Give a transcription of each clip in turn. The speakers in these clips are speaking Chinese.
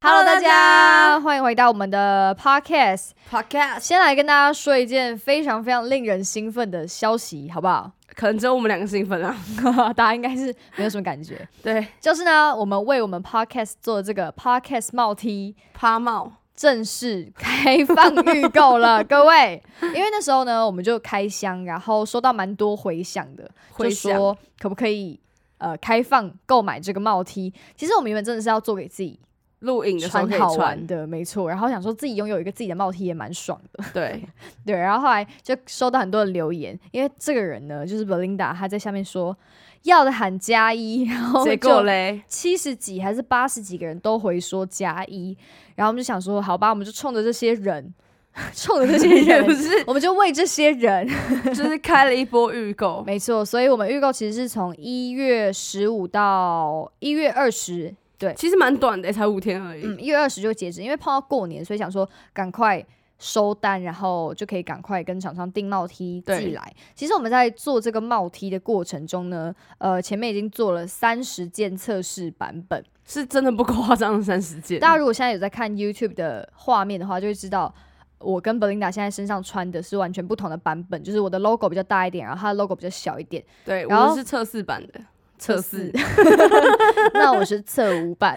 Hello，大家欢迎回到我们的 Podcast。 Podcast 先来跟大家说一件非常非常令人兴奋的消息，好不好？ 可能只有我们两个兴奋啊。大家应该是没有什么感觉。对，就是呢，我们为我们 Podcast 做的这个 Podcast 帽 T 趴帽正式开放预购了，各位。因为那时候呢，我们就开箱，然后收到蛮多回响的，回就响说可不可以呃开放购买这个帽 T。其实我们原本真的是要做给自己录影的时候穿可以好穿玩。的，没错。然后想说自己拥有一个自己的帽 T 也蛮爽的， 对，对。然后后来就收到很多的留言，因为这个人呢，就是 Belinda，她在下面说要的喊加一，然后结哦就 果嘞，七十几还是八十几个人都回说加一，然后我们就想说，好吧，我们就冲着这些人， 冲着这些 也不人，是，我们就为这些人，就是开了一波预 购。没错。所以我们预购其实是从一月十五到一月二十，对，其实蛮短的，才五天而已。嗯，一月二十就截止，因为碰到过年，所以想说赶快收单，然后就可以赶快跟厂商订帽 T 对寄来。其实我们在做这个帽 T 的过程中呢，呃，前面已经做了三十件测试版本。是真的不夸张，三十件。大家如果现在有在看 YouTube 的画面的话，就会知道。我跟 Belinda 现在身上穿的是完全不同的版本，就是我的 logo 比较大一点，然后它的 logo 比较小一点。对，我然后们是测试版的，测试。 那我是侧五版，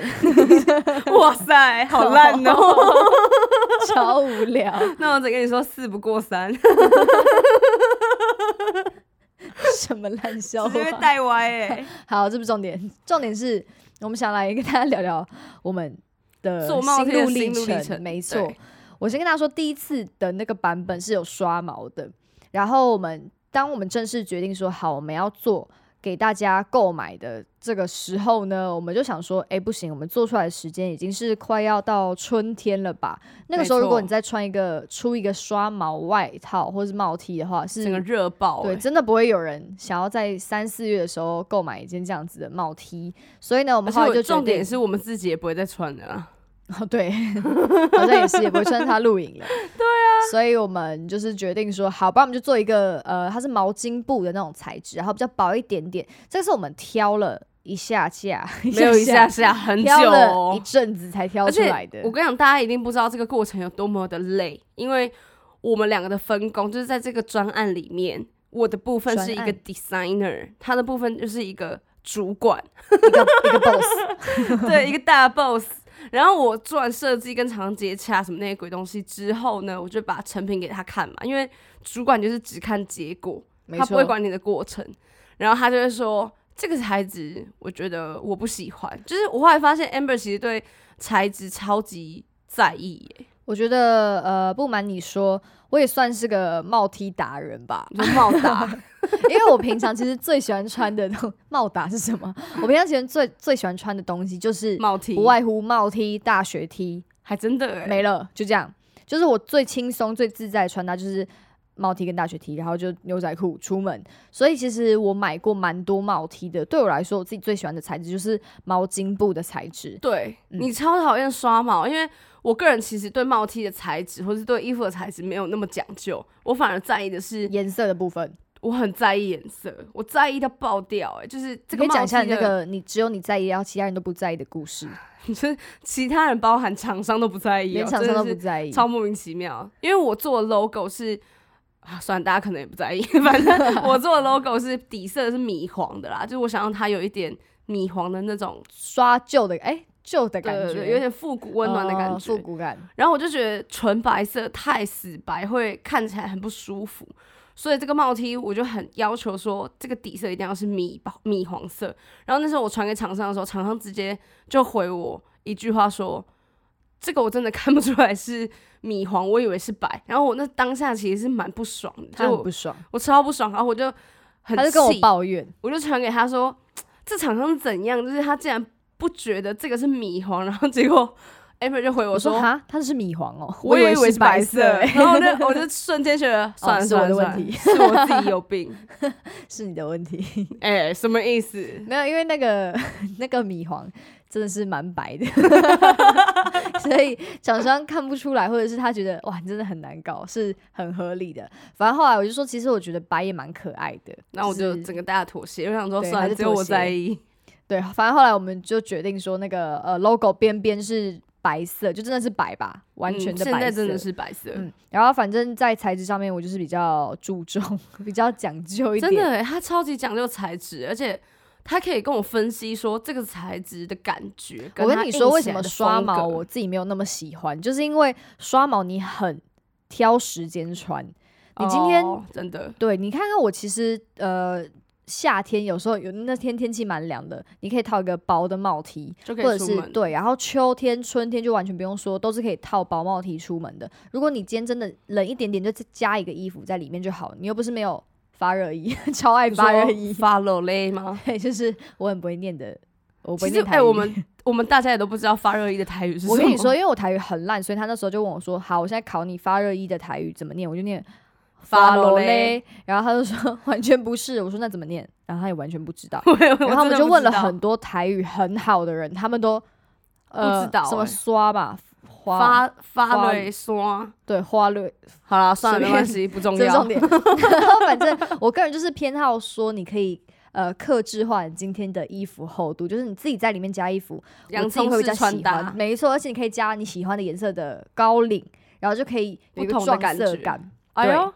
哇塞，好烂哦！ 超无聊， 那我只跟你说，四不 过三，什么烂笑直话接被？带歪哎。好，这不是重点，重点是我们想来跟大家聊聊我们的做冒心险的路心历路历程没错对，我先跟大家说，第一次的那个版本是有刷毛的，然后我们当我们正式决定说好我们要做。给大家购买的这个时候呢，我们就想说，哎，不行，我们做出来的时间已经是快要到春天了吧？那个时候，没错如果你再穿一个出一个刷毛外套或是帽 T 的话， 是整个热爆对，欸，真的不会有人想要在三四月的时候购买一件这样子的帽 T，所以呢，我而们且后来就决我定重点，是我们自己也不会再穿啊的 啦。哦， 对，好像也是也不会穿它露 营了，对啊，所以我们就是决定说，好，不然我们就做一个呃，它是毛巾布的那种材质，然后比较薄一点点，这是我们挑了一下下，没有一下下下很久挑哦了一阵子才挑而出且来的我，跟你讲，大家一定不知道这个过程有多么的累，因为我们两个的分工就是在这个专案里面，我的部分是一专个案 designer，他的部分就是一个主管， 一个一个 boss，对，一个大 boss。然后我做完设计跟厂商接洽什么那些鬼东西之后呢，我就把成品给他看嘛，因为主管就是只看结果，没他不会错，管你的过程，然后他就会说这个材质我觉得我不喜欢。就是我后来发现 Amber 其实对材质超级在意耶，我觉得呃，不瞒你说，我也算是个帽 T 达人吧，就是 帽搭因为我平常其实最喜欢穿的东帽打是什么？我平常其实最最喜欢穿的东西就是帽 T，不外乎帽 T、大学 T，还真的哎，没了，就这样。就是我最轻松、最自在的穿搭就是帽 T 跟大学 T，然后就牛仔裤出门。所以其实我买过蛮多帽 T 的。对我来说，我自己最喜欢的材质就是毛巾布的材质。对、嗯你超讨厌刷毛，因为我个人其实对帽 T 的材质或是对衣服的材质没有那么讲究，我反而在意的是颜色的部分，我很在意颜色，我在意到爆掉哎，就是你这个可以帽 T 讲一下你那的哦个你只有你在意，然后其他人都不在意的故事，就是其他人包含厂商都不在意、哦，连厂商都真不的在意是。超莫名其妙。因为我做的 logo 是啊，算了，大家可能也不在意， 反正我做的 logo 是底色是米黄的啦，就是我想让它有一点米黄的那种刷旧的，哎、旧的感感觉，觉，有点复古温暖的感哦觉。复古感。然后我就觉得纯白色太死白会看起来很不舒服，所以这个帽 T 我就很要求说这个底色一定要是米白米黄色。然后那时候我传给厂商的时候，厂商直接就回我一句话说：“这个我真的看不出来是米黄，我以为是白。”然后我那当下其实是蛮不爽的，他就很不我爽，我超不爽，然后我就很他就跟我气抱怨，我就传给他说，这厂商是怎样？就是他竟然不觉得这个是米黄，然后结果 Amber 就回我我说说。哈，他是米黄哦，我以以为是白色，欸哦然后我就我就瞬间觉得算了是我算的了问算了题，是我自己 有病，是你的问题，哎、什么意思？ 没有，因为那个 那个米黄真的是蛮白的， 所以厂商看不出来，或者是他觉得哇，你真的很难搞，是很合理的。反正后来我就说，其实我觉得白也蛮可爱的，然后我就是整个大家妥协，我想说对算还了，是只有妥我协在意，对，反正后来我们就决定说，那个呃 logo 边边是白色，就真的是白吧，完全的白色。嗯现在真的是白色，嗯，然后反正在材质上面，我就是比较注重， 比较讲究一点。真的欸，它超级讲究材质，而且它可以跟我分析说这个材质的感觉。我跟你说，为什么刷毛我我自己没有那么喜欢，就是因为刷毛你很挑时间穿。你今天、哦真的对你看看我，其实呃夏天有时候有那天天气蛮凉的，你可以套一个薄的帽 T，就可或者以出是门，对，然后秋天、春天就完全不用说，都是可以套薄帽 T 出门的。如果你今天真的冷一点点，就再加一个衣服在里面就好。你又不是没有发热衣， 超爱你发热说衣。 follow 嘞吗？ 对，就是我很不会念的，我不其会实念哎、台语。我们我们大家也都不知道发热衣的台语是什么。我跟你说，因为我台语很烂，所以他那时候就问我说：“好，我现在考你发热衣的台语怎么念？”我就念发罗罗嘞嘞，然后他就说 完全不是。我说那怎么念？然后他也完全不知道。 我也， 我然后他真的们就不问知了道很多台语很好的人，他们都呃不知道什么欸刷吧。花发发花瑞刷。对花蕊 好啦，算随了，没便关系，不重这是要重。点。 然后反正我个人就是偏好说，你可以呃克制化你今天的衣服厚度，就是你自己在里面加衣服，洋我自己葱会比较式穿喜欢。搭，没错，而且你可以加你喜欢的颜色的高领，然后就可以有一个不同的撞感色觉感。哎对呦，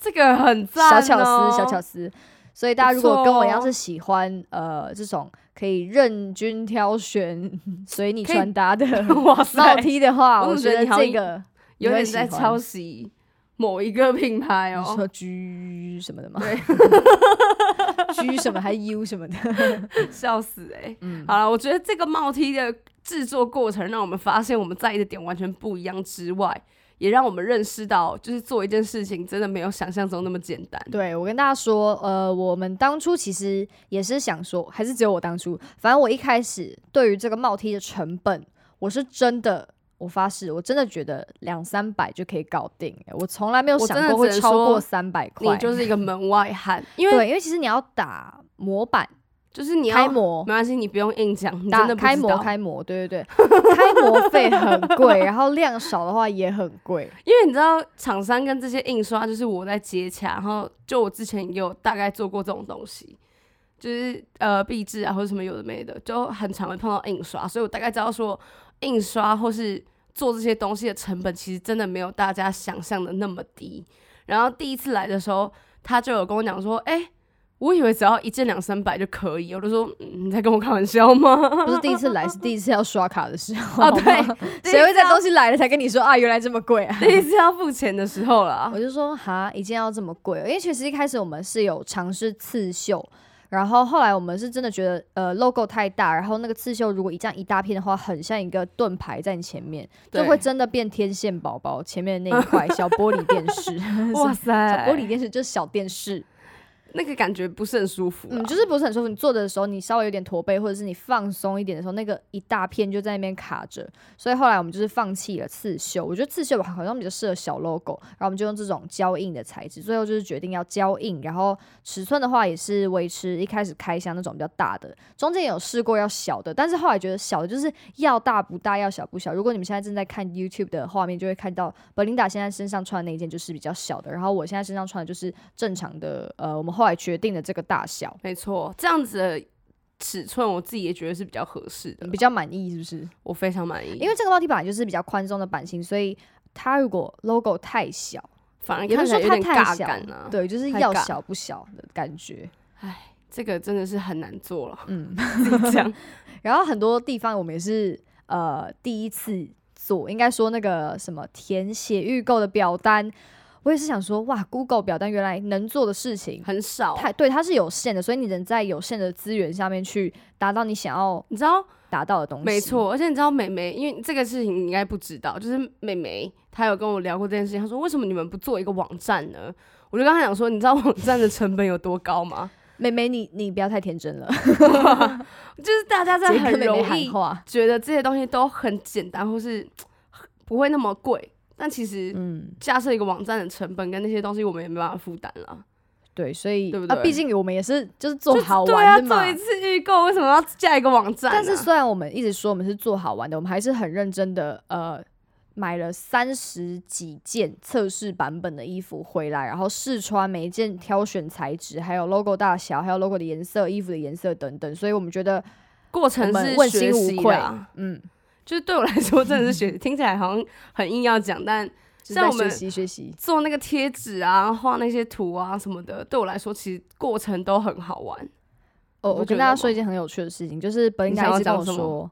这个很赞、小哦。巧思，小巧思。所以大家如果不错跟我一样哦是喜欢呃这种可以任君挑选、随你可以穿搭的 哇帽塞， T 的话，我我觉怎么觉得得你好像这个你有会点喜在欢抄袭某一个品牌你哦。说 G 什么 的吗？ 对 G 什么还 U 什么的， 笑死哎、欸！嗯，好了，我觉得这个帽 T 的制作过程让我们发现我们在意的点完全不一样之外，也让我们认识到，就是做一件事情真的没有想象中那么简单。对我跟大家说，呃，我们当初其实也是想说，还是只有我当初，反正我一开始对于这个帽 T 的成本，我是真的。我发誓，我真的觉得两三百就可以搞定、我从来没有我想真的过会只能超过说三百块。你就是一个门外汉，因为对，因为其实你要打模板、就是你要开模没、关系，你不用硬讲，你真打的不开知模、道开模，对对 对，开模费很贵，然后量少的话也很贵。因为你知道厂商跟这些印刷就是我在接洽，然后就我之前也有大概做过这种东西，就是呃壁纸啊或者什么有的没的，就很常会碰到印刷，所以我大概知道说印刷或是做这些东西的成本其实真的没有大家想象的那么低。然后第一次来的时候，他就有跟我讲说，哎、我以为只要一件两三百就可以，我就说、嗯、你在跟我开玩笑吗？不是第一次来，是第一次要刷卡的时候。哦，对，第一谁会在次要东西来了才跟你说啊，原来这么贵啊？第一次要付钱的时候啦我，就说哈，一件要这么贵，哦因为其实一开始我们是有尝试刺绣，然后后来我们是真的觉得呃 logo 太大，然后那个刺绣如果一这样一大片的话，很像一个盾牌在你前面，就对会真的变天线宝宝前面的那一块小玻璃电视， 哇 小塞，玻璃电视就是小电视，那个感觉不是很舒服、啊。嗯，就是不是很舒服。你坐着的时候，你稍微有点驼背，或者是你放松一点的时候，那个一大片就在那边卡着。所以后来我们就是放弃了刺绣，我觉得刺绣好像比较适合小 logo，然后我们就用这种胶印的材质。最后就是决定要胶印，然后尺寸的话也是维持一开始开箱那种比较大的，中间有试过要小的，但是后来觉得小的就是要大不大，要小不小。如果你们现在正在看 YouTube 的画面，就会看到 Belinda 现在身上穿的那一件就是比较小的，然后我现在身上穿的就是正常的，呃，我们后来决定的这个大小。没错，这样子的尺寸我自己也觉得是比较合适的，嗯比较满意，是不是？我非常满意，因为这个帽 T 本来就是比较宽松的版型，所以它如果 logo 太小，反而也不看是说起来它有点太尬小感啊。，对，就是太要尬小不小的感觉。哎，这个真的是很难做了。嗯， 自己 讲然后很多地方我们也是呃第一次做，应该说那个什么填写预购的表单，我也是想说，哇，Google 表单原来能做的事情。很少，太对，它是有限的，所以你能在有限的资源下面去达到你想要你知道达到的东西。没，错，而且你知道美眉，因为这个事情你应该不知道，就是美眉她有跟我聊过这件事情，她说为什么你们不做一个网站呢？我就跟她讲说，你知道网站的成本有多高 吗？妹妹你你不要太天 真了，就是大家在直接很跟妹容妹易喊话。觉得这些东西都很简单，或是不会那么贵。但其实嗯，架设一个网站的成本跟那些东西，我们也没办法负担了。对，所以对不啊，对毕竟我们也是就是做就哦好对啊，玩的嘛。做一次预购，为什么要架一个网站啊、但是虽然我们一直说我们是做好玩的，我们还是很认真的呃买了三十几件测试版本的衣服回来，然后试穿每一件，挑选材质，还有 logo 大小，还有 logo 的颜色、衣服的颜色等等。所以我们觉得过程我们是问学心无习愧啦，嗯，就是对我来说真 的是学，听起来好像很硬要讲，但就是像在我们学习学习，做那个贴纸啊、画那些图啊什么的，对我来说其实过程都很好玩。哦，不我觉跟得大家吗说一件很有趣的事情，就是本应你该想一要直跟讲我什么说，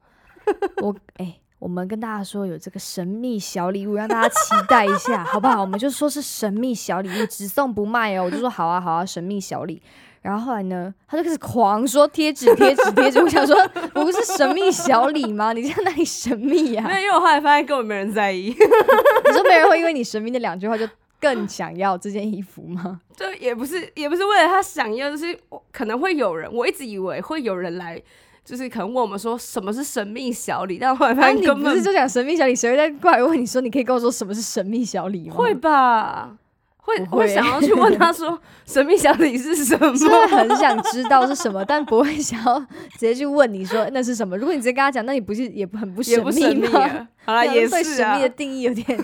我哎、我们跟大家说有这个神秘小礼物，让大家期待一下，好不好？我们就说是神秘小礼物，只送不卖哦。我就说好啊，好啊，神秘小礼。然后后来呢，他就开始狂说贴纸，贴纸，贴纸。我想说，我不是神秘小礼吗？你在那里神秘呀、没有，因为我后来发现根本没人在意， 你说没人会因为你神秘的两句话就更想要这件衣服吗？就也不是也不是为了他想要，就是我可能会有人，我一直以为会有人来，就是可能问我们说什么是神秘小李，但后来发那现啊你根不本是就讲神秘小礼，谁会再过来问你说你可以跟我说什么是神秘小礼吗？会吧。会不会会想要去问他说神秘小李是什 么？真的很想知道是什么，但不会想要直接去问你说那是什么。如果你直接跟他讲，那你不是也不很不也神不秘神秘吗？啊，好啦，那也对是神啊秘的。定义有点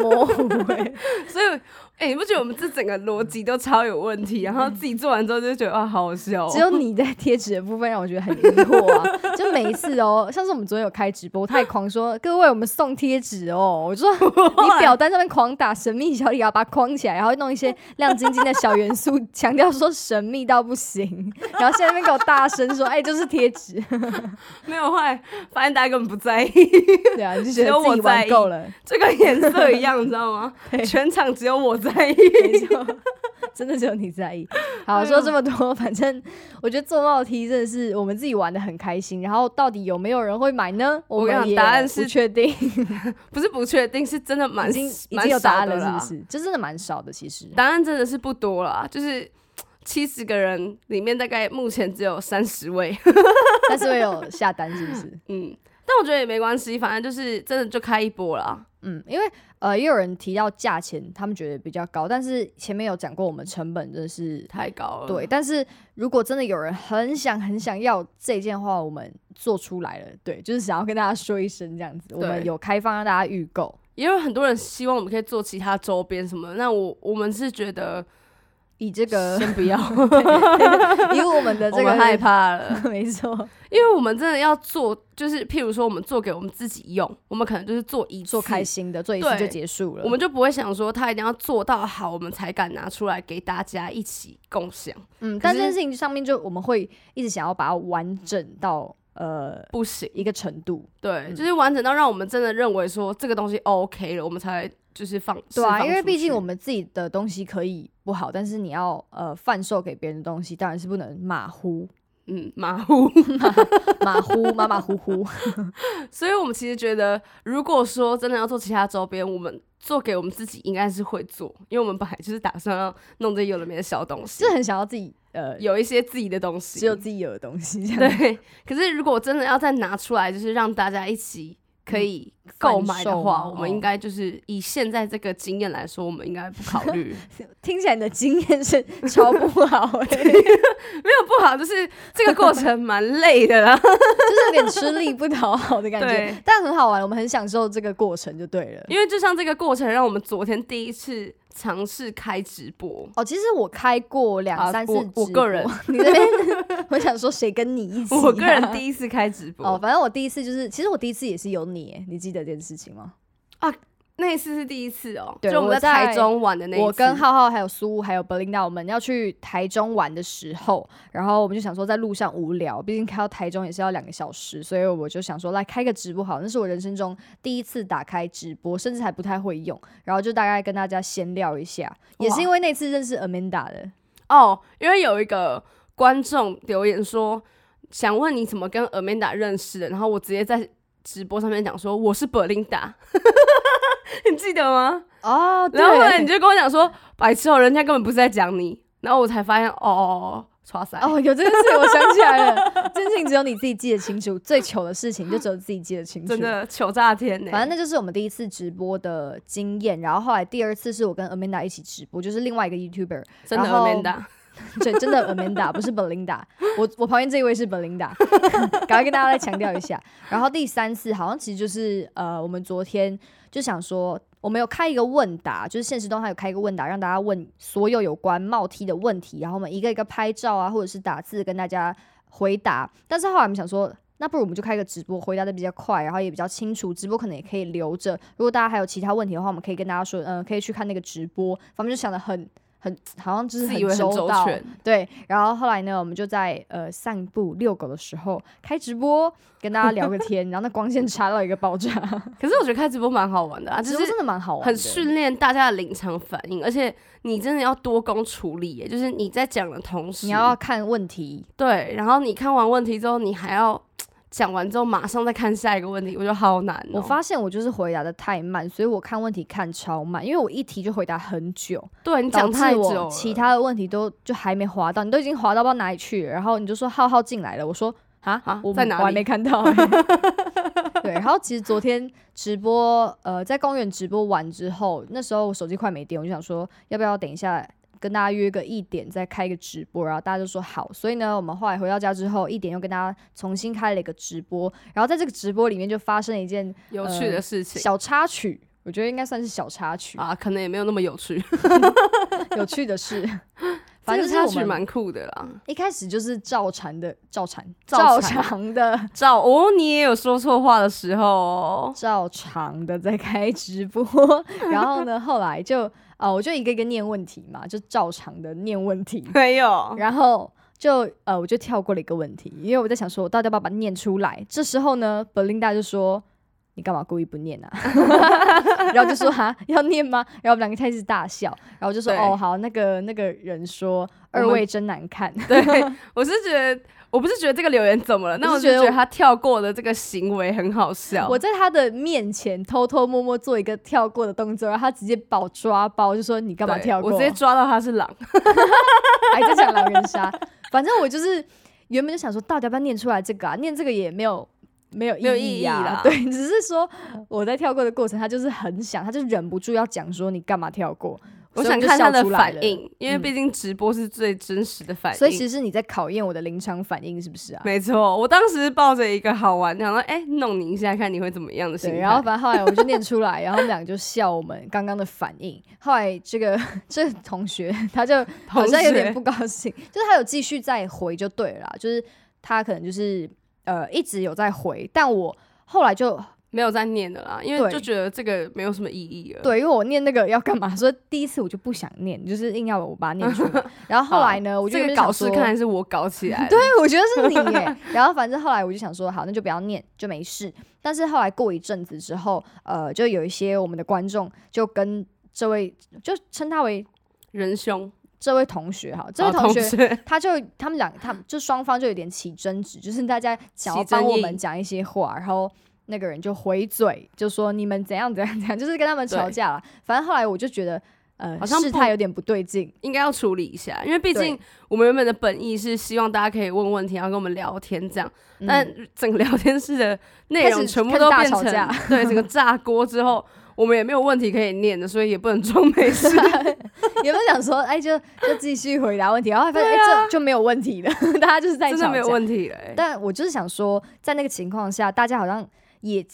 模糊、 欸。所以，哎、你不觉得我们这整个逻辑都超有问 题？然后自己做完之后就觉得哇，好好笑、哦。只有你在贴纸的部分让我觉得很疑惑 啊！就每一次哦，上次我们昨天有开直播，他也狂说各位我们送贴纸哦，我说你表单上面狂打神秘小李啊，把它框起来，然后弄一些亮晶晶的小元素，强调说神秘到不行，然后现在那边给我大声说，哎、就是贴纸。没有，后来发现大家根本不 在意，对啊，你就只觉得有自我己在玩意够了，就跟颜色一样，你知道吗 对？全场只有我在意。没错， 真的只有你在意。好，哎呦说这么多，反正我觉得做帽 T 真的是我们自己玩的很开心，然后到底有没有人会买呢？我跟你们讲也答案不是确定，不是不确定，是真的蛮已经已经蛮有答少案的啦了，是不是？就真的蛮少的，其实。答案真的是不多啦，就是七十个人里面大概目前只有三十位。但是我有下单，是不 是？嗯，但我觉得也没关系，反正就是真的就开一波啦。嗯，因为呃，也有人提到价钱，他们觉得比较高，但是前面有讲过，我们成本真的是太高了，对，，但是如果真的有人很想很想要这件话，我们做出来了，对，就是想要跟大家说一声这样子，我们对有开放让大家预购，也有很多人希望我们可以做其他周边什么的。那我我们是觉得以这个 先不要，以我们 的呃我这个们害，怕了。 没错，因为我们真的要做，就是譬如说，我们做给我们自己用，我们可能就是做一 次做开，心的，做一次对就结束了，我们就不会想说它一定要做到好，我们才敢拿出来给大家一起共享。嗯，可但这件是事情上面就我们会一直想要把它完整到呃不行，一个程度，对，就是完整到让我们真的认为说这个东西 OK 了，我们才就是放对啊，因为毕竟我们们自己的东西可以不好，但是你要呃贩售给别人的东西，当然是不能马虎嗯马虎，马虎马马虎 虎。所以我们其实觉得，如果说真的要做其他周边，我们做给我们自己应该是会做，因为我们本来就是打算要弄这有的没的小东西是，很想要自己呃有一些自己的东西，只有自己有的东西这样。对，可是如果真的要再拿出来，就是让大家一起可以购买的嗯贩话，售嗯吗我们应该就是以现在这个经验来说，我们应该不考 虑。听起来你的经验是超不 好、欸，就是没有不好，就是这个过程蛮累的啦。有点吃力不讨好的感觉对，但很好玩，我们很享受这个过程就对了。因为就像这个过程，让我们昨天第一次尝试开直播。哦，其实我开过两啊三次我直我 个人播你这边我想说谁跟你一起啊、 我个人第一次开直播，哦，反正我第一次就是，其实我第一次也是有你欸，你记得这件事情吗？那一次是第一次哦，对就我们我在台中玩的那一次。我跟浩浩还有苏还有 Belinda，我们要去台中玩的时候，然后我们就想说在路上无聊，毕竟开到台中也是要两个小时，所以我就想说来开个直播好，那是我人生中第一次打开直播，甚至还不太会用，然后就大概跟大家闲聊一下，也是因为那次认识 Amanda 的，哦，因为有一个观众留言说，想问你怎么跟 Amanda 认识的，然后我直接在直播上面讲说我是 Belinda，你记得吗？哦，然后后来你就就跟我讲说，白痴哦，人家根本不是在讲你，然后我才发现哦，哇塞，哦，有这件事，我想起来了，这件事情只有你自己记得清楚，最糗的事情就只有自己记得清楚，真的糗炸天呢、反正那就是我们第一次直播的经验，然后后来第二次是我跟 Amanda 一起直播，就是另外一个 YouTuber，真的然后 Amanda，对，真的 Amanda 不是 Belinda，我我旁边这一位是 Belinda，赶 快跟大家再强调一下。然后第三次好像其实就是呃，我们昨天就想说，我们有开一个问答，就是现实中还有开一个问答，让大家问所有有关帽 T 的问题，然后我们一个一个拍照啊，或者是打字跟大家回答。但是后来我们想说。那不如我们就开个直播，回答的比较快，然后也比较清楚。直播可能也可以留着，如果大家还有其他问题的话，我们可以跟大家说，嗯、可以去看那个直播。反正就想的很很，好像就是自以为很周到，全，对，然后后来呢，我们就在呃散步遛狗的时候开直播，跟大家聊个天，然后那光线差到一个爆 炸，可是我觉得开直播蛮好玩的啊，就直播是真的蛮好玩的，很训练大家的临场反应，而且你真的要多工处理耶，就是你在讲的同时，你要看问题，对，然后你看完问题之后，你还要讲完之后马上再看下一个问题，我觉得好难、哦。我发现我就是回答的太慢，所以我看问题看超慢，因为我一题就回答很久，对你导讲太致久我了，其他的问题都就还没滑到，你都已经滑到不知道哪里去了，然后你就说浩浩进来了，我说啊啊我在哪我还里没看 到、欸。对，然后其实昨天直播，呃，在公园直播完之后，那时候我手机快没电，我就想说要不要等一下跟大家约个一点再开个直播，然后大家就说好，所以呢，我们后来回到家之后，一点又跟大家重新开了一个直播，然后在这个直播里面就发生了一件有趣的事情、呃小插曲，我觉得应该算是小插曲，啊，可能也没有那么有趣。有趣的 事。 反反正正就是我们插曲蛮酷的啦。一开始就是照常的照常照照常常的照哦，你也有说错话的时 候哦。，照常的在开直播，然后呢，后来就啊、呃我就一个一个念问题嘛，就照常的念问题没有，然后就呃，我就跳过了一个问题，因为我在想说，我到底要不要把它念出来？这时候呢，Belinda 就说。你干嘛故意不念啊？ 然后就说哈要念吗？然后我们两个开始大笑，然后就说对哦好，那个那个人说我二们位真难看， 对，我是觉得，我不是觉得这个留言怎么了，那我我是就觉得觉得他跳过的这个行为很好笑。我在他的面前偷偷摸摸做一个跳过的动作，然后他直接把我抓包，就说你干嘛对跳过？我直接抓到他是狼。 还在讲狼人杀。反正我就是原本就想说，到底要不要念出来这个啊？念这个也没有没有没有意意义啊。啦对，只是说我在跳过的过程，他就是很想，他就忍不住要讲说你干嘛跳过？所我以我想就看他笑的出来反了。应，因为嗯毕竟直播是最真实的反应。所以其实你在考验我的临场反应，是不是啊？没错，我当时抱着一个好玩，想说，哎、弄你一下，看你会怎么样的心对，态。然后反正后来我就念出来，然后他们俩就笑我们刚刚的反应。后来这个 这个同学他就好像有 点不高兴， 就是他有继续再回就对了啦，就是他可能就是呃一直有在回，但我后来就没有再念的啦，因为对就觉得这个没有什么意义了。，对，因为我念那个要干嘛，所以第一次我就不想念，就是硬要我把它念出 来。然后后来呢，我就哦这个原本想搞事说看来是我搞 起来的。对，我觉得是你 耶。然后反正后来我就想说，好，那就不要念，就没事。但是后来过一阵子之后，呃，就有一些我们的观众就跟这位，就称他为人凶，这位同学哈，这好位同学。哦学，他就他们两， 他们就双方就有点起争执，就是大家想要起争帮我议们讲一些话，然后那个人就回嘴，就说你们怎样怎样怎样，就是跟他们吵对架了。反正后来我就觉得，呃，好像事不态有点不对劲，应该要处理一下，因为毕对竟我们原本的本意是希望大家可以问问题，然后跟我们聊天这样，嗯但整个聊天室的内开容始全部都开变始大成吵架 对整个炸锅之后，我们也没有问题可以念的，所以也不能装 没事。 原本想说，哎，就就继续回答问题，然后还发现，哎、对啊这就没有问题了， 大家就是在真吵架的没有问题了、欸。但我就是想说，在那个情况下，大家好像也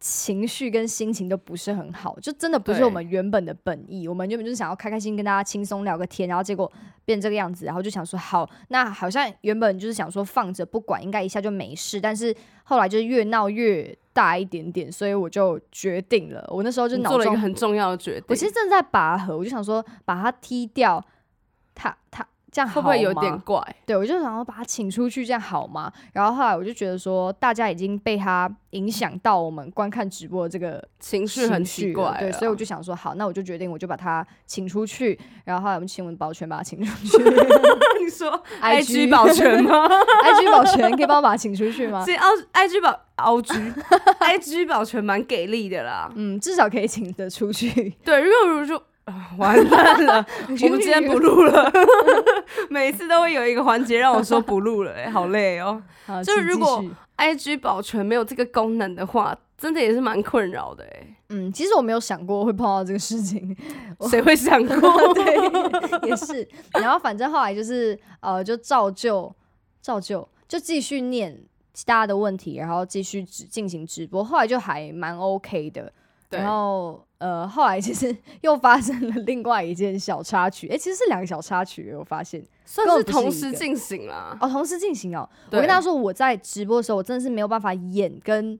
情绪跟心情都不是很好，就真的不是对我们原本的本意。我们原本就是想要开开心跟大家轻松聊个天，然后结果变这个样子，然后就想说，好，那好像原本就是想说放着不管，应该一下就没事，但是后来就是越闹越大一点点，所以我就决定了，我那时候就你脑做了一中个很重要的决定，我其实正在拔河，我就想说把他踢掉，他他这样好会不会有吗点？怪？对，我就想要把他请出去，这样好吗？然后后来我就觉得说，大家已经被他影响到我们观看直播的这个情绪情很绪了奇怪啦，啊对，所以我就想说，好，那我就决定我就把他请出去。然后后来我们请我们保全把他请 出去 你说 IG IG 保全吗？ ，IG 保全可以帮我把他请出去吗？所以 O IG 保 OG IG 保全蛮给力的啦。嗯，至少可以请得出去。对，如果如说。啊完蛋 了， 我们今天不录了。每次都会有一个环节让我说不录了、哎，好累哦。好，就是请如继果续 IG 保全没有这个功能的话，真的也是蛮困扰的、哎，嗯，其实我没有想过会碰到这个事情，谁会想过？哎 对，也是。然后反正后来就是呃，就照旧照旧就继续念大家的问题，然后继续直进行直播。后来就还蛮 OK 的。 对然后呃，后来其实 又发生了另外一件小插曲，哎、其实是两个小插曲，我发现算根是本不是同一时个进行啦。哦，同时进行哦。我对跟大家说，我在直播的时候，我真的是没有办法眼跟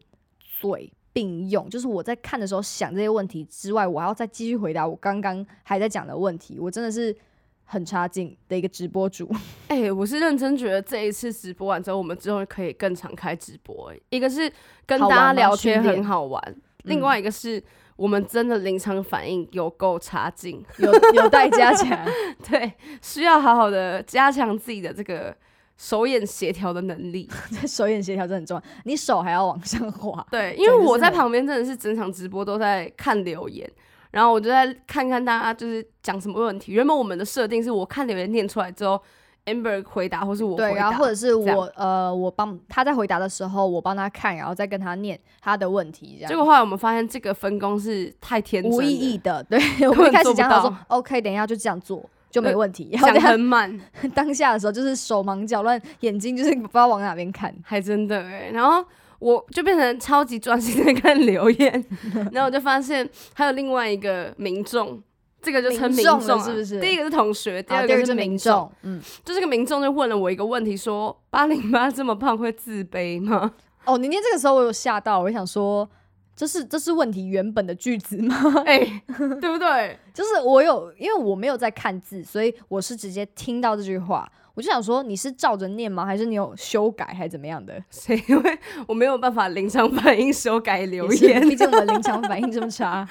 嘴并用，就是我在看的时候想这些问题之外，我还要再继续回答我刚刚还在讲的问题，我真的是很差劲的一个直播主。哎、我是认真觉得这一次直播完之后，我们之后可以更常开直播、哎一个是跟好大玩吗家聊天训练嗯很好玩，另外一个是我们真的临场反应有够差劲， 有有待加强。对，需要好好的加强自己的这个手眼协调的能力。手眼协调真的很重要，你手还要往上滑。对，因为整个是我在很旁边真的是整场直播都在看留言，然后我就在看看大家就是讲什么问题。原本我们的设定是我看留言念出来之后，amber 回答或 是我对，回答，然后或者是这样我呃，我帮他在回答的时候，我帮他看，然后再跟他念他的问题，这样结果后来我们发现这个分工是太天真了，无意义的。对 我根们一本开做始不讲好说到，OK，等一下就这样做就没对问题。然后讲等一下很满， 当下的时候，就是手忙脚乱，眼睛就是不知道往哪边看。还真的哎、然后我就变成超级专心在看留言，然后我就发现还有另外一个民众。这个就称民民众众了啊是不是第一个是同学， 第然二后啊第个二个是是民民众。众，嗯，就这个民众就问了我一个问题说八零八这么胖会自卑吗？ 哦，你念这个时候我有吓到，我想说，这是这是问题原本的句子吗？ 哎、对不对？就是我有，因为我没有在看字，所以我是直接听到这句话，我就想说你是照着念吗？还是你有修改还是怎么样的？谁会？我没有办法临场反应修改留也是 言，毕竟我们临场反应这么 差，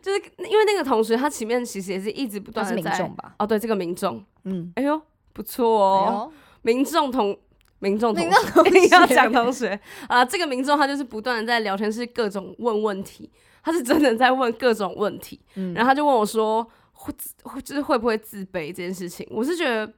就是因为那个同学他前面其实也是一直不都断是的民在众吧？哦，对这个民众，嗯，哎呦不错哦，哦，民众同民众同民学 众同要学讲同学啊，这个民众他就是不断的在聊天室各种问问题，他是真的在问各种问题，嗯然后他就问我说，会自会就是会不会自卑这件事情，我是觉得。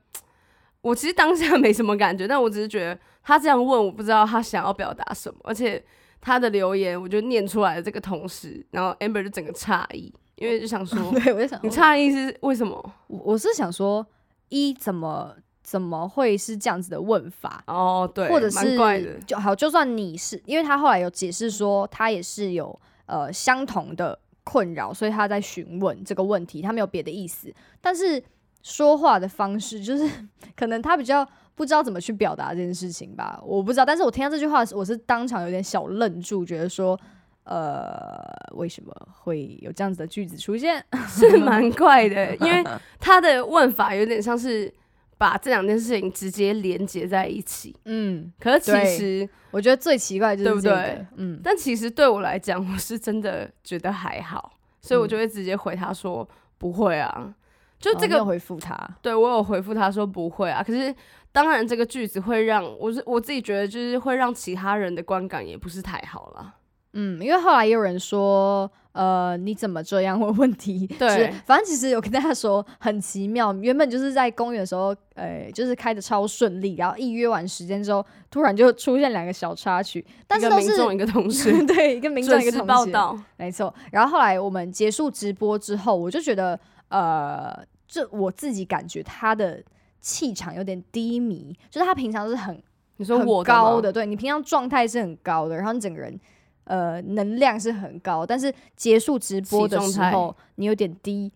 我其实当下没什么感觉，但我只是觉得他这样问，我不知道他想要表达什么，而且他的留言我就念出来的这个同时，然后 Amber 就整个诧异，因为就想说 对，我就想你诧异是为什么？我我是想说，一怎么怎么会是这样子的问法？哦，对，或者蛮是怪的，就好，就算你是，因为他后来有解释说，他也是有呃相同的困扰，所以他在询问这个问题，他没有别的意思，但是说话的方式就是 可能他比较不知道怎么去表达这件事情吧，我不知道，但是我听到这句话的时候，我是当场有点小愣住，觉得说。呃，为什么会有这样子的句子出现？ 是蛮怪的，因为他的问法有点像是把这两件事情直接连接在一起。嗯，可是其对实，我觉得最奇怪的就是、这个、对不对？嗯，但其实对我来讲，我是真的觉得还好，所以我就会直接回他说、不会啊。就嗯哦然这后你个，有回复他，对我有回复他说不会啊。可是当然，这个句子会让我是我自己觉得，就是会让其他人的观感也不是太好了。嗯，因为后来也有人说，呃，你怎么这样问问题？对就是反正其实有跟大家说很奇妙，原本就是在公园的时候，呃，就是开的超顺利，然后一约完时间之后，突然就出现两个小插曲，但一是个都民众是一个同事，对一个 民众准一个时同报学道，没错。然后后来我们结束直播之后，我就觉得，呃，这我自己感觉他的气场有点低迷，就是他平常是很你说很我高吗的，对你平常状态是很高的，然后你整个人呃能量是很高，但是结束直播的起状时态候你有点低，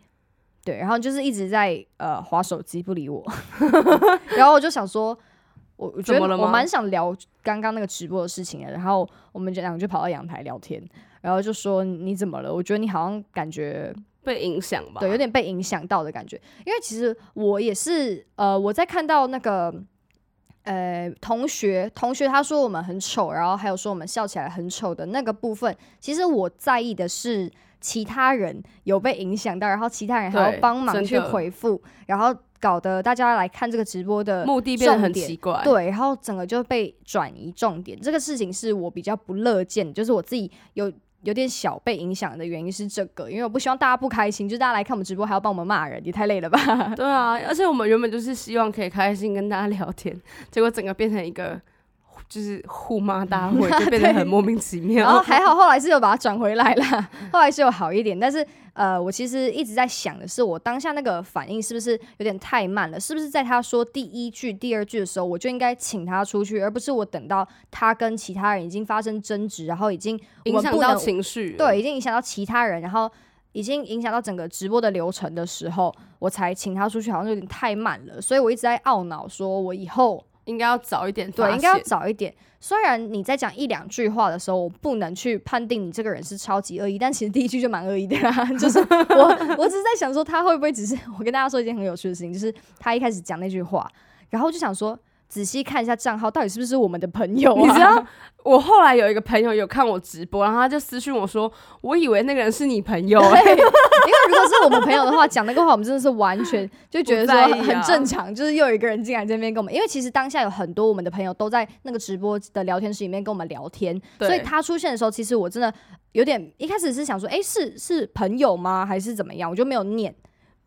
对，然后就是一直在呃划手机不理我， 然后我就想说，我我觉怎么了得我吗蛮想聊刚刚那个直播的事情的，然后我们两个就跑到阳台聊天。然后就说你怎么了？我觉得你好像感觉被影响吧？对，有点被影响到的感觉。因为其实我也是，呃，我在看到那个，呃，同学同学他说我们很丑，然后还有说我们笑起来很丑的那个部分，其实我在意的是其他人有被影响到，然后其他人还要对帮忙真去的回复，然后搞得大家来看这个直播的。目的变得重很点奇怪。对，然后整个就被转移重点，这个事情是我比较不乐见，就是我自己有有点小被影响的原因是这个，因为我不希望大家不开心，就是大家来看我们直播还要帮我们骂人，也太累 了吧？对 啊，而且我们原本就是希望可以开心跟大家聊天，结果整个变成一个就是互骂 大会，就变得很莫名其妙。然后还好，后来是有把它转回来啦，后来是有好一点。但是呃，我其实一直在想的是，我当下那个反应是不是有点太慢了？是不是在他说第一句、第二句的时候，我就应该请他出去，而不是我等到他跟其他人已经发生争执，然后已经我 影们响不到能情绪，对，已经影响到其他人，然后已经影响到整个直播的流程的时候，我才请他出去，好像有点太慢了，所以我一直在懊恼，说我以后应该要早一点发对现，应该要早一点。虽然你在讲一两句话的时候，我不能去判定你这个人是超级恶意，但其实第一句就蛮恶意的啦。 就是我，我只是在想说他会不会只是我跟大家说一件很有趣的事情，就是他一开始讲那句话，然后我就想说仔细看一下账号到底是不是我们的朋友、啊， 你知道，我后来有一个朋友有看我直播，然后他就私讯我说，我以为那个人是你朋友、欸， 对，因为如果是我们朋友的话，讲那个话，我们真的是完全就觉得不在说意啊很正常，就是又有一个人进来这边跟我们，因为其实当下有很多我们的朋友都在那个直播的聊天室里面跟我们聊天，对所以他出现的时候，其实我真的有点一开始是想说，诶，是是朋友吗？还是怎么样？我就没有念。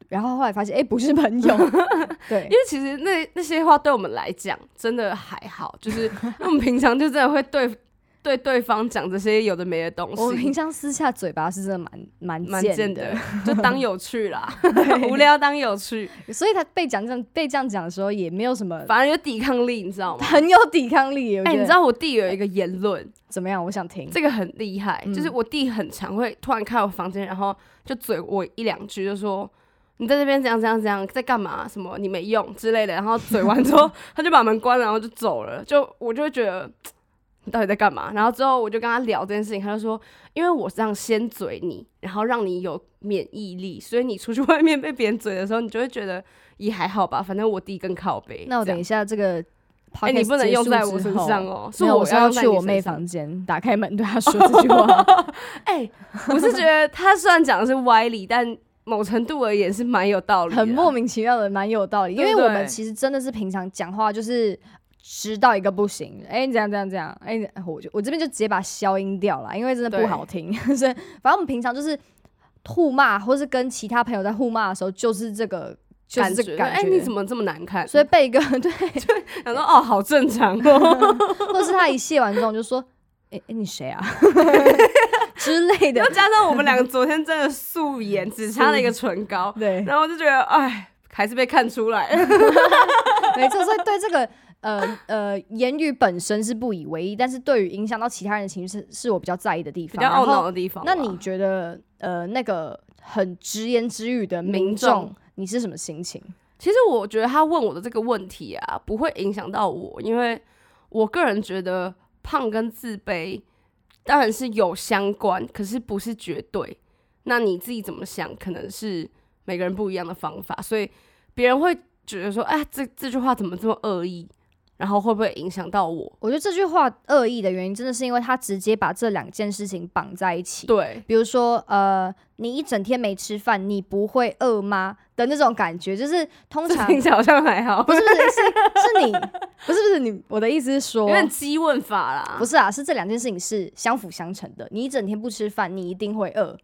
然后后来发现，诶，不是朋 友，对 因，为其实那那些话对我们来讲真的还好，就是 因为我们平常就真的会对对对方讲这些有的没的东我们平西，常私下嘴巴是真的蛮蛮蛮贱贱的，就当有趣啦， 无聊当有趣，的，所以他被讲这样被这样讲的时候，也没有什么反而有抵抗力，你知道吗？很有抵抗力。哎哎、你知道我弟有一个言论，怎么样？我想听，这个很厉害，嗯就是我弟很常会突然开我房间，然后就嘴我一两句，就说你在这边怎样怎样怎样，在干嘛？什么你没用之类的。然后嘴完之 后，他就把门关了，然后就走了。就我就会觉得你到底在干嘛？然后之后我就跟他聊这件事情，他就说因为我这样先嘴你，然后让你有免疫力，所以你出去 外面被别人嘴的时候，你就会觉得也还好吧，反正我弟更靠背。那我这等样一下这个 podcast 哎、你不能用在我结身束之后上。哦，是没有我我是要用在去你我身妹上房间， 打开门对她说这句话。哎、我是觉得他虽然讲的是歪理，但某程度而言是蛮有道理的啊，很莫名其妙的，蛮有道理。因对为不我对们其实真的是平常讲话就是直到一个不行，哎、你怎样怎样怎样，哎、你我就我这边就直接把它消音掉了，因为真的不对好听。 所以反正我们平常就是互骂，或是跟其他朋友在互骂的时候，就是这个就是感这觉。个感觉。哎、你怎么这么难看？所以被一个 对，想说哦，好正常 哦，或是他一卸完妆就说：“哎、哎你谁啊？” 之类的 又。加上我们两个昨天真的素颜，只差了一个唇膏，对，然后我就觉得哎，还是被看出来。没错，所以对这个呃呃言语本身是不以为意，但是对于影响到其他人的情绪是是我比较在意的地比方。较然懊恼后，的地方吧，那你觉得呃那个很直言直语的民民众众，你是什么心情？其实我觉得他问我的这个问题啊，不会影响到我，因为我个人觉得胖跟自卑当然是有相关，可是不是绝对。那你自己怎么想，可能是每个人不一样的方法，所以别人会觉得说，哎，这这句话怎么这么恶意？然后会不会影响到我？我觉得这句话恶意的原因，真的是因为他直接把这两件事情绑在一起。对，比如说，呃，你一整天没吃饭，你不会饿吗？的那种感觉，就是通这常听起来好像还 好，不是不是是是你不是不是你，我的意思是说，有点激问法啦。不是啊，是这两件事情是相辅相成的。你一整天不吃饭，你一定会饿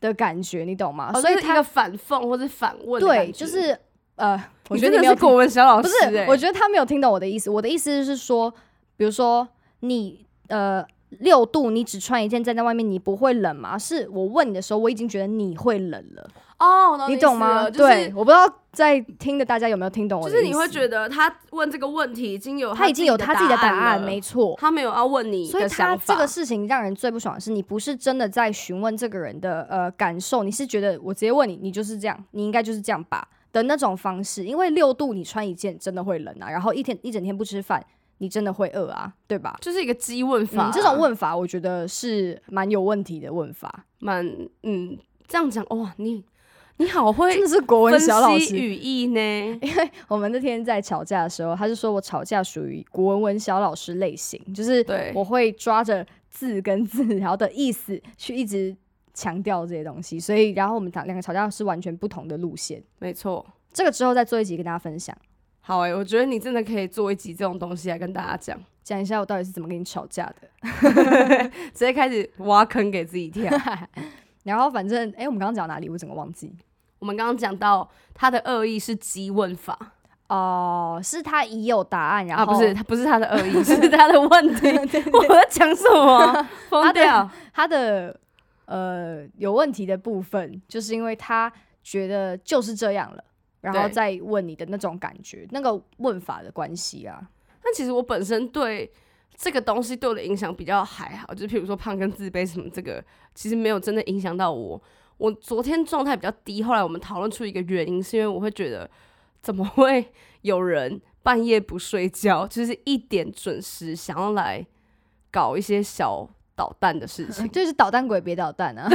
的感觉，你懂吗？哦，所以就是一他个反讽或者反问的对，感觉就是呃，我你觉真得你的没有是听国文小老不师、是欸，，我觉得他没有听懂我的意思。我的意思是说，比如说你呃六度，你只穿一件站在外面，你不会冷吗？是我问你的时候，我已经觉得你会冷了，哦，我你意懂思吗？了就是对，我不知道在听的大家有没有听懂我就的意是思。你会觉得他问这个问题已经有哦他已经有他自己的答案，了没错。他没有要问你所以的他想这法，个事情让人最不爽的是，你不是真的在询问这个人的呃感受，你是觉得我直接问你，你就是这样，你应该就是这样吧的那种方式。因为六度你穿一件真的会冷啊，然后一天一整天不吃饭，你真的会饿啊，对吧？就是一个激问法、嗯，这种问法我觉得是蛮有问题的问法， 蛮嗯，这样讲哇，你你好真会的是国文分小老析师。哎语义呢，我们那天在吵架的时候，他就说我吵架属于国文文小老师类型，就是对我会抓着字跟字， 然后的意思去一直强调这些东西，所以然后我们两两个吵架是完全不同的路线。没错。这个之后再做一集跟大家分享，好哎、我觉得你真的可以做一集这种东西来跟大家讲，讲一下我到底是怎么跟你吵架的。直接开始挖坑给自己 跳。然后反正，哎、我们刚刚讲哪里？我整个忘记。我们刚刚讲到他的恶意是激问法，哦，是他已有答案，然后、啊，不是，他不是他的 恶意，是他的问题。我在讲什么？啊疯他的掉！他的呃有问题的部分，就是因为他觉得就是这样了，然后对再问你的那种感觉，那个问法的关系啊。。但其实我本身对这个东西对我的影响比较还好，就是譬如说胖跟自卑什么，这个其实没有真的影响到我。我昨天状态比较低，后来我们讨论出一个原因，是因为我会觉得怎么会有人半夜不睡觉，就是一点准时，想要来搞一些小捣蛋的事 情就是捣蛋鬼别捣蛋啊！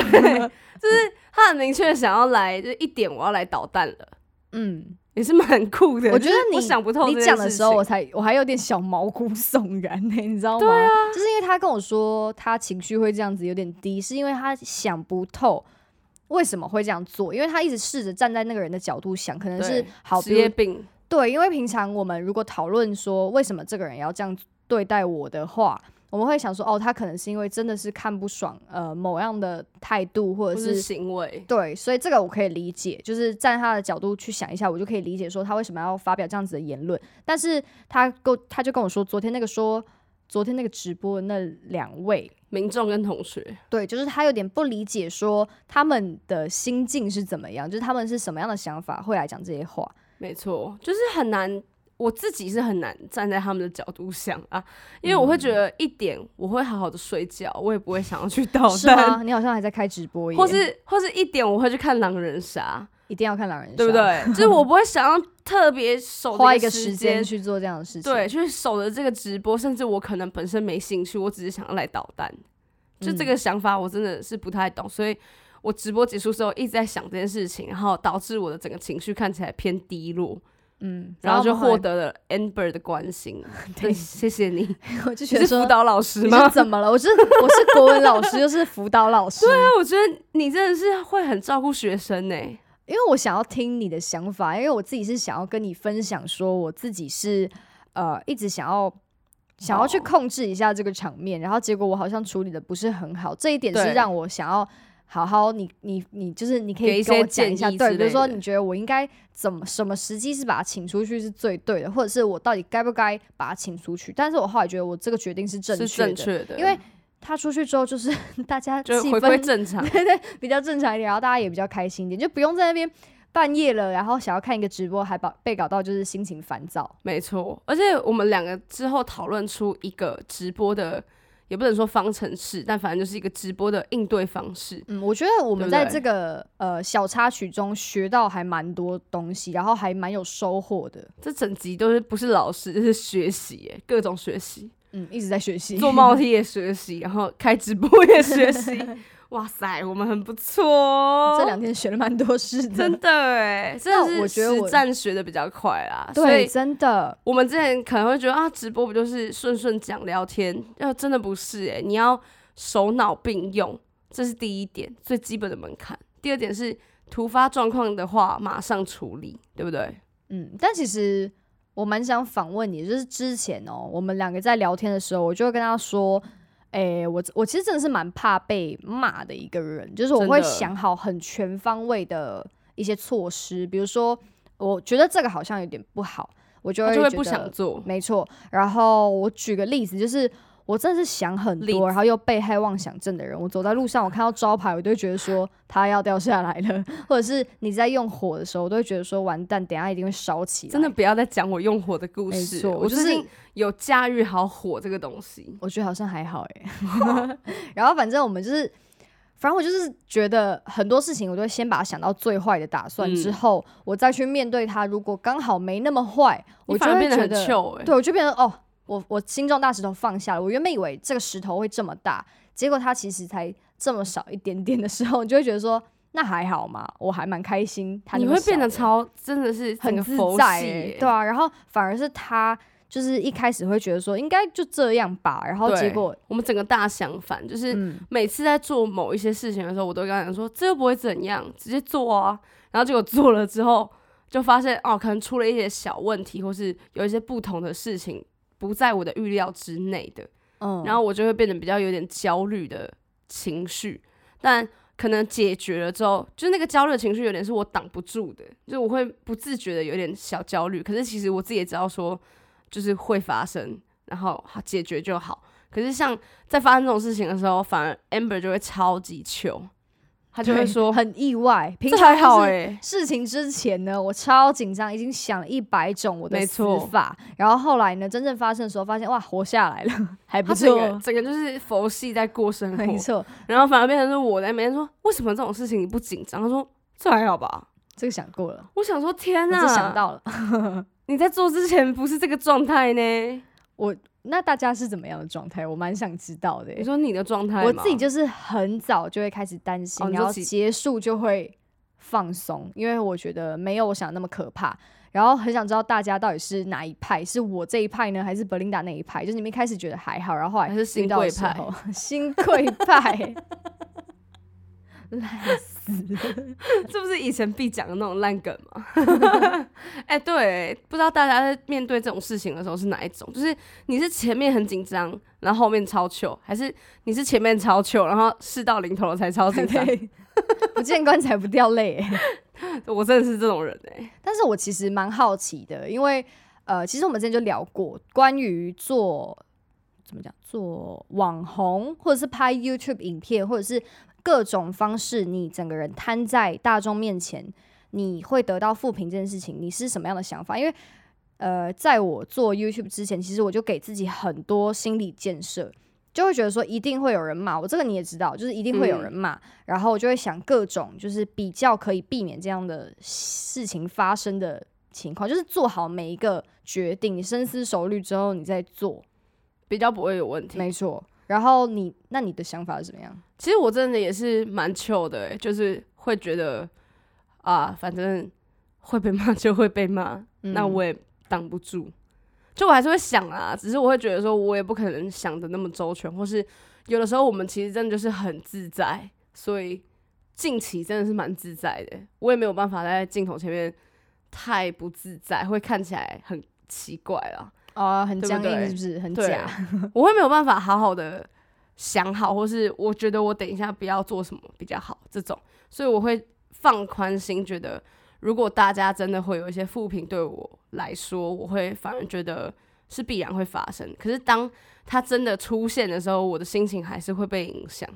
他很明确想要来，就是一点我要来捣蛋了，嗯，也是蛮酷的。我觉得就是你我想不透你这件讲的事时候，情我才我还有点小毛骨悚然呢、你知道吗？啊就是因为他跟我说他情绪会这样子有点低，是因为他想不透为什么会这样做，因为他一直试着站在那个人的角度想，可能是对好职比如业病，对，因为平常我们如果讨论说为什么这个人要这样对待我的话，我们会想说，哦，他可能是因为真的是看不爽呃某样的态度，或或者是是行为。对，所以这个我可以理解，就是站他的角度去想一下，我就可以理解说他为什么要发表这样子的言论。但是他跟我他就跟我说，昨天那个说昨天那个直播的那两位。民众跟同学，对，就是他有点不理解，说他们的心境是怎么样，就是他们是什么样的想法会来讲这些话。没错，就是很难。我自己是很难站在他们的角度想啊，因为我会觉嗯得一点我会好好的睡觉，我也不会想要去捣 是蛋，吗？你好像还在开直播耶，哦或是或是一点我会去看狼人杀，啊一定要看狼人杀，对 不？对？就是我不会想要特别守花一这个时时间去做这样的事情，对，，就是守着这个直播，甚至我可能本身没兴趣，我只是想要来捣蛋。就嗯这个想法，我真的是不太懂，所以我直播结束之后一直在想这件事情，然后导致我的整个情绪看起来偏低落，嗯，然后就获得，得了 Amber 的关心。 对，对谢谢你。 我就觉你得是辅说。导老师你吗是？怎么了？我是我是国文老师，又是辅导老 师。对啊，那我觉得你真的是会很照顾学生呢、因为我想要听你的想法，因为我自己是想要跟你分享，说我自己是呃一直想要想要去哦控制一下这个场面，然后结果我好像处理的不是很好，这一点是对让我想要好好你你你就是你可给以一跟我些讲一建下，议对，比之如类说的你觉得我应该怎么什么时机是把它请出去是最对的，或者是我到底该不该把它请出去？但是我后来觉得我这个决定是正是确正的，确的，因为他出去之后就是大家就气回归氛正 常。对对，比较正常一点，然后大家也比较开心一点，就不用在那边半夜了，然后想要看一个直播，还把被搞到就是心情烦躁。没错，而且我们两个之后讨论出一个直播的，也不能说方程式，但反正就是一个直播的应对方式。嗯，我觉得我们对不在对这个呃小插曲中学到还蛮多东西，然后还蛮有收获的。这整集都是不是老师，就是学习耶，各种学习， 嗯，一直在学习。做帽 T 也学习，然后开直播也学 习。哇塞，我们很不错哦， 这两天学了蛮多事的， 真的哎，真那的是我觉得我实战学的比较快啦，所对，以真的。我们之前可能会觉得啊，直播不就是顺顺讲聊天？呃，真的不是诶、你要手脑并用，这是第一点最基本的门槛。第二点是突发状况的话，马上处理，对不对？嗯，但其实我蛮想访问你，就是之前哦，我们两个在聊天的时候，我就会跟他说，诶、我我其实真的是蛮怕被骂的一个人，就是我真会的想好很全方位的一些措施，比如说，我觉得这个好像有点不好，我就他会就会觉不得想做。没错。然后我举个例子，就是我真的是想很例多，子然后又被害妄想症的人。我走在路上，我看到招牌，我都会觉得说它要掉下来了， 或者是你在用火的时候，我都会觉得说完蛋，等一下一定会烧起来。真的，不要再讲我用火的故没事错，了，我就最是近有驾驭好火这个东西。我觉得好像还好哎、 然后反正我们就是，反正我就是觉得很多事情，我都会先把它想到最坏的打算，嗯之后我再去面对它。如果刚好没那么坏，我你就反而会变得觉很得 chill 哎、对，我就变成哦，我我心中大石头放下了。我原本以为这个石头会这么大，结果它其实才这么少一点点的时候，你 就会觉得说，那还好嘛，我还蛮开心。它那你么会变小得超，真的是整很个自佛系、在、欸，对啊。然后反而是他就是一开始会觉得说，应该就这样吧，然后结对果我们整个大相反，就是嗯，每次在做某一些事情的时候，我都跟他讲说，这又不会怎样，直接做啊。然后结果做了之后，就发现哦，可能出了一些小问题，或是有一些不同的事情不在我的预料之内的，嗯然后我就会变得比较有点焦虑的情绪。但可能解决了之后，就是那个焦虑的情绪有点是我挡不住的，就是我会不自觉的有点小焦虑。可是其实我自己也知道说，就是会发生，然后好解决就好。可是像在发生这种事情的时候，反而 Amber 就会超级糗，他就会对说很意 外，平这常就还好是哎、 事情之前呢，我超紧张，已经想了一百种我的没死错法。然后后来呢，真正发生的时候，发现哇，活下来了， 还不他整个错。整个就是佛系在过生活没，错，然后反而变成是我在那边说，为什么这种事情你不紧张？他说这还好吧。这个想过了，我想说，天我哪！是想到了。 你在做之前不是这个状态呢？那大家是怎么样的状态？我蛮想知道的耶。欸你说你的状态吗，我自己就是很早就会开始担心，哦你然说后几结束就会放松，因为我觉得没有我想的那么可怕。然后很想知道大家到底是哪一派，是我这一派呢，还是 Belinda 那一派？就是你们一开始觉得还好，然后后来还是遇新到的贵时派，候， 新贵 派，烂死了。这 不是以前必讲的那种烂梗吗？ 哎、对，不知道大家在面对这种事情的时候是哪一种？就是你是前面很紧张，然后后面超糗，还是你是前面超糗，然后事到临头了才超紧 张？对， 不见棺材不掉泪耶。我真的是这种人哎、但是我其实蛮好奇的，因为呃，其实我们之前就聊过关于做怎么讲，做网红或者是拍 YouTube 影片，或者是各种方式，你整个人摊在大众面前，你会得到负评这件事情，你是什么样的想法？因为呃，在我做 YouTube 之前，其实我就给自己很多心理建设。就会觉得说一定会有人骂我，这个你也知道，就是一定会有人骂，然后我就会想各种就是比较可以避免这样的事情发生的情况，就是做好每一个决定，你深思熟虑之后你再做，比较不会有问题。没错。然后你那你的想法是怎么样？其实我真的也是蛮糗的、欸，就是会觉得啊，反正会被骂就会被骂，那嗯我也挡不住。就我还是会想啊，只是我会觉得说，我也不可能想的那么周全，或是有的时候我们其实真的就是很自在，所以近期真的是蛮自在的。我也没有办法在镜头前面太不自在，会看起来很奇怪啦。啊、很对不僵硬对是不是？很对假， 我会没有办法好好的想好，或是我觉得我等一下不要做什么比较好这种，所以我会放宽心，觉得如果大家真的会有一些负评对我来说，我会反而觉得是必然会发生。可是当它真的出现的时候，我的心情还是会被影响。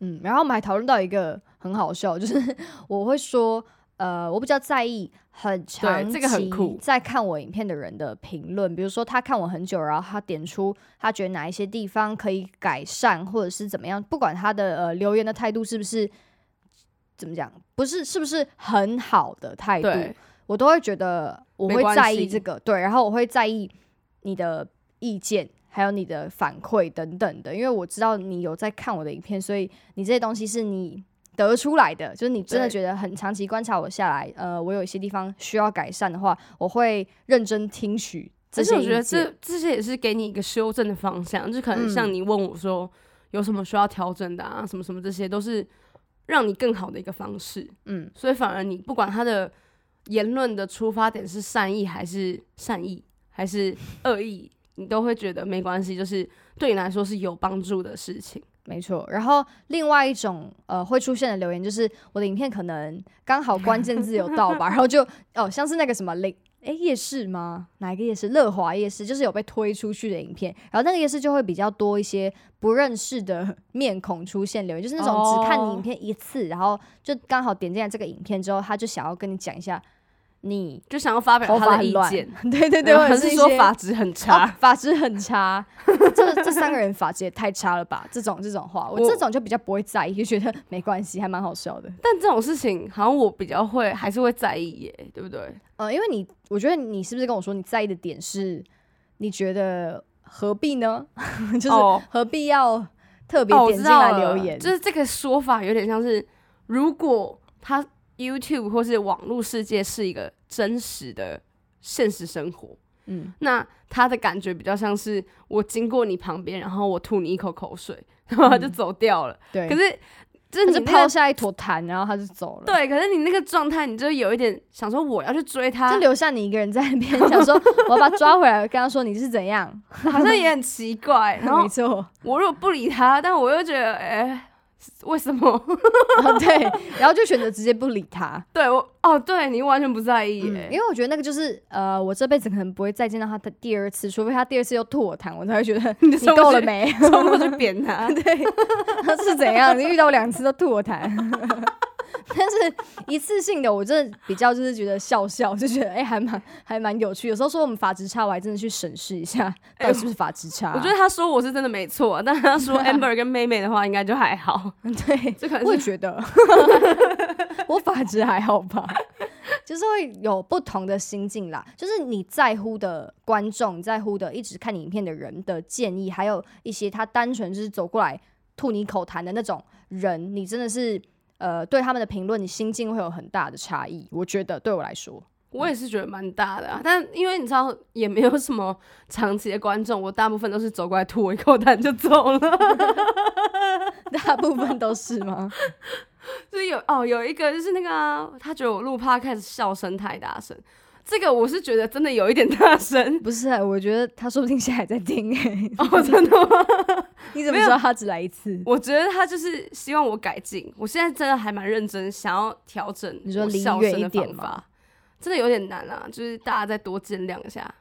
嗯，然后我们还讨论到一个很好笑，就是 我会说，呃，我比较在意很长这个很期酷在看我影片的人的评论，比如说他看我很久，然后他点出他觉得哪一些地方可以改善，或者是怎么样，不管他的呃留言的态度是不是怎么讲，不是是不是很好的态度，对，我都会觉得我没会关在意系这个，对，然后我会在意你的意见，还有你的反馈等等的，因为我知道你有在看我的影片，所以你这些东西是你得出来的，就是你真的对觉得很长期观察我下来，呃，我有一些地方需要改善的话，我会认真听取这而且些我意觉得见。这这些也是给你一个修正的方向，就可能嗯像你问我说、有什么需要调整的啊，什么什么这些都是让你更好的一个方式。嗯，所以反而你不管他的言论的出发点是善意还是善意还是恶意，你都会觉得没关系，就是对你来说是有帮助的事情。没错。然后另外一种呃会出现的留言就是我的影片可能刚好关键字有到吧，然 后就哦像是那个什么零。诶，夜市吗？哪一个夜市？乐华夜市，就是有被推出去的影片，然后那个夜市就会比较多一些不认识的 面孔出现留言，就是那种只看你哦影片一次然后就刚好点进来这个影片之后，他就想要跟你讲一下你， 就想要发表头发他的很意乱见， 对对对，然或后者呃还是哦一说些法质很差。啊法质很差，这这三个人法质也太差了 吧？这种这种话，我我这种就比较不会在意，就觉得没关系，还蛮好笑的。但这种事情好像我比较会，还是会在意耶，对不对？ 呃，因为你，我觉得你是不是跟我说你在意的点是，你觉得何必呢？ 就是哦何必要特别哦，我点知进道来了留言？就是这个说法有点像是，如果他 YouTube 或是网络世界是一个真实的现实生活，嗯，那他的感觉比较像是我经过你旁边，然后我吐你一口口水，然后他就走掉了。嗯对。可是，就他是你就那抛个下一坨痰，然后他就走了。。对，可是你那个状态，你就有一点想说我要去追他就，留下你一个人在那边，想 说我要把他抓回来，跟他说你是怎样。 好像也很奇怪。然后没错，我如果不理他，但我又觉得哎、为什么？ 啊对，然后就选择直接不理他，对我哦，对你完全不在意嗯耶、因为我觉得那个就是呃，我这辈子可能不会再见到他的第二次，除非他第二次又吐我痰，我才会觉 得你冲够过了去 没？冲过去扁他。他是怎样？你遇到我两次都吐我痰。 但是一次性的，我真的比较就是觉得笑笑，就觉得哎、还蛮还蛮有趣。有时候说我们法值差，我还真的去审视一下到底是不是法值差、 啊哎我觉得他说我是真的没错，但他 说 Amber 跟妹妹的话，应该就还好。对，这可能我也是觉 得，我法值还好吧，就是会有不同的心境啦。就是你在乎的观众，你在乎的一直看你影片的人的建议，还有一些他单纯就是走过来吐你口痰的那种人，你真的是呃对他们的评论，你心境会有很大的差异。我觉得对我来说， 我也是觉得蛮大 的、啊，但因为你知道也没有什么长期的观众，我大部分都是走过来吐我一口痰就 走了。大部分都是吗？就是有哦，有一个就是那个啊、他觉得我录 podcast 笑声太大声，这个我是觉得真的有一点大 声 不是、啊，我觉得他说不定现在还在听、欸，哦，真的吗？ 你怎么没有知道他只来一 次？我觉得他就是希望我改进，我现在真的还蛮认真，想要调整你说我离笑远声一的点方吗法，真的有点难啊，就是大家再多见谅一下，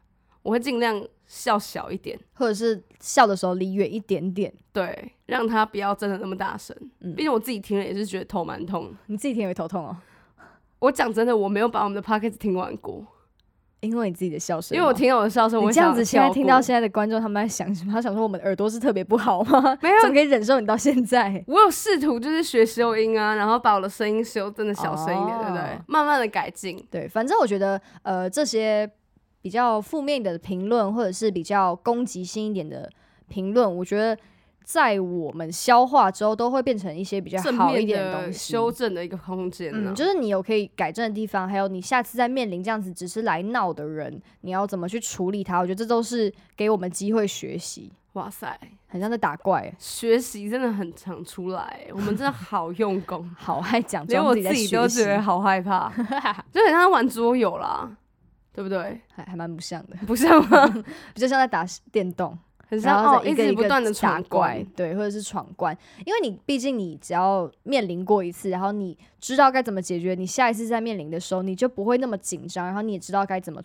我会尽量笑小一点，或者是笑的时候离远一点点？对，让他不要真的那么大声，嗯毕竟我自己听了也是觉得头蛮痛。你自己听也会头痛哦、我讲真的，我没有把我们的 podcast 听完过，因为你自己的笑声吗，因为我听到我的笑声，我你会这样想子，要现在跳听过到现在的观众他们在想什么？他想说我们的耳朵是特别不好吗？ 没有怎么可以忍受你到现在？ 我有试图就是学修音啊，然后把我的声音修真的小声一点，哦对不对？慢慢的改进。对，反正我觉得呃这些比较负面的评论，或者是比较攻击性一点的评论，我觉得在我们消化之后，都会变成一些比较正好一面点的东的西。修正的一个空间啊呢、嗯，就是你有可以改正的地方，还有你下次在面临这样子只是来闹的人，你要怎么去处理他？我觉得这都是给我们机会学习，哇塞，很像在打怪欸、，学习真的很常出来，我们真的好用功好爱讲，连 装我自己在自己学都习觉得好 害怕，就很像玩桌游啦，对不对？还还 蛮不像的，不像吗？比较像在打电动，很像然后哦，再一一个直一不个断的打闯怪关。，对，或者是闯关，因为你毕竟你只要面临过一次，然后你知道该怎么解决，你下一次在面临的时候，你就不会那么紧张，然后你也知道该怎么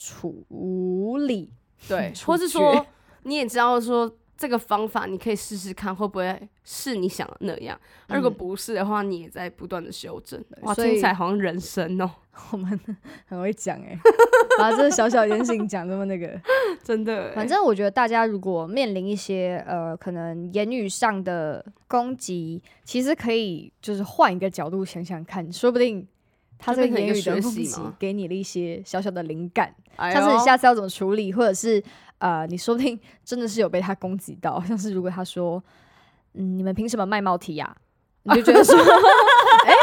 处理。 对，处或是决说你也知道说这个方法你可以试试看会不会是你想的那样，那如果嗯不是的话，你也在不断的修正。哇，所听以起来好像人 生哦、我们很会讲哎、欸， 把这小小一件事情讲这么那个。真的欸。反正我觉得大家如果面临一些呃可能言语上的攻击，其实可以就是换一个角度想想看，说不定他就这变成言一个语的学攻习击嘛给你了一些小小的灵感，哎下次呦你下次要怎么处理，或者是呃你说不定真的是有被他攻击到，像是如果他说嗯你们凭什么卖帽 T 呀、你就觉得说哎、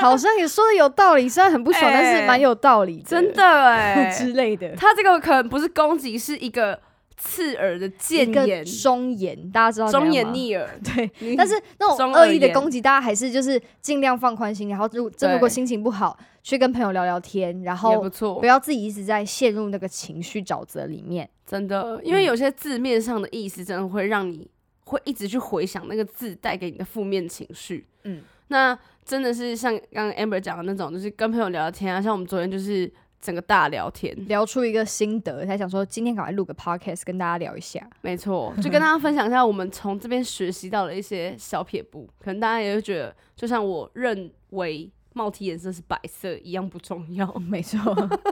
好像也说的有道理，虽然很不爽，但是哎蛮有道理的，真的哎、 之类的。他这个可能不是攻击，是一个刺耳的一谏个言，忠言，大家知道怎样忠言吗嗯逆耳。 对，你但是那种中恶耳意的炎攻击，大家还是就是尽量放宽心，然后如果真如果对心情不好，去跟朋友聊聊天，然也后不错不，要自己一直在陷入那个情绪沼泽里面。真的，因为嗯有些字面上的意思，真的会让你会一直去回想那个字带给你的负面情绪。嗯，那真的是像刚刚 Amber 讲的那种，就是跟朋友聊聊天啊，像我们昨天就是整个大聊天，聊出一个心得，才想说今天赶快录个 podcast 跟大家聊一下。，没错，就跟大家分享一下我们从这边学习到的一些小撇步，可能大家也会觉得，就像我认为帽 T 颜色是白色一样不重要没错，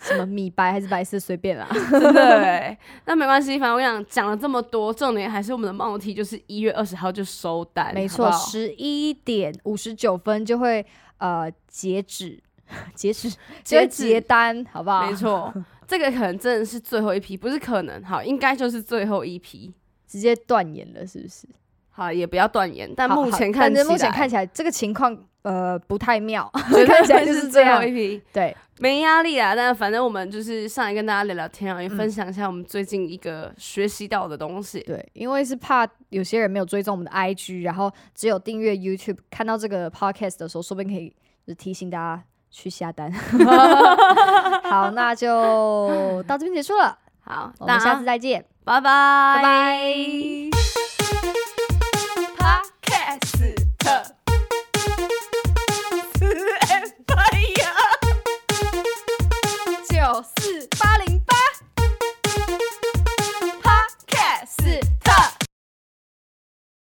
什么米白还是白色随便 啦。真的欸。那没关系，反正我跟你讲讲了这么多，重点还是我们的帽 T 就是一月二十号就收单，没好错，不好十一点五十九分就会呃截止，截止就会截止结单，好不好？没，错， 这个可能真的是最后一批，不是可能，好，应该就是最后一批。直接断言了，是不是？好，也不要断言，但好目好前看但起来，是目前看起来这个情况呃不太 妙，绝对看起来会就是是这最后样一。批，对，没压力啊。但反正我们就是上来跟大家聊聊天啊，也嗯分享一下我们最近一个学习到的东西。对，因为是怕有些人没有追踪我们的 IG，然后只有订阅 YouTube，看到这个 podcast 的时候，说不定可以就是提醒大家去下 单。好，那就到这边结束了，好，我大们家下次再见，拜拜拜拜。